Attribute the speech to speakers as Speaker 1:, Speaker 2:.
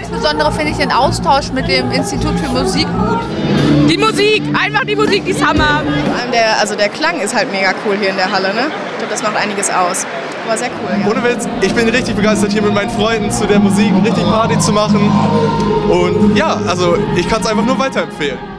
Speaker 1: insbesondere finde ich den Austausch mit dem Institut für Musik gut.
Speaker 2: Die Musik, einfach die Musik, die ist Hammer.
Speaker 3: Der, also der Klang ist halt mega cool hier in der Halle. Ne? Ich glaube, das macht einiges aus. War sehr cool. Ja.
Speaker 4: Ohne Witz, ich bin richtig begeistert, hier mit meinen Freunden zu der Musik richtig Party zu machen. Und ja, also ich kann es einfach nur weiterempfehlen.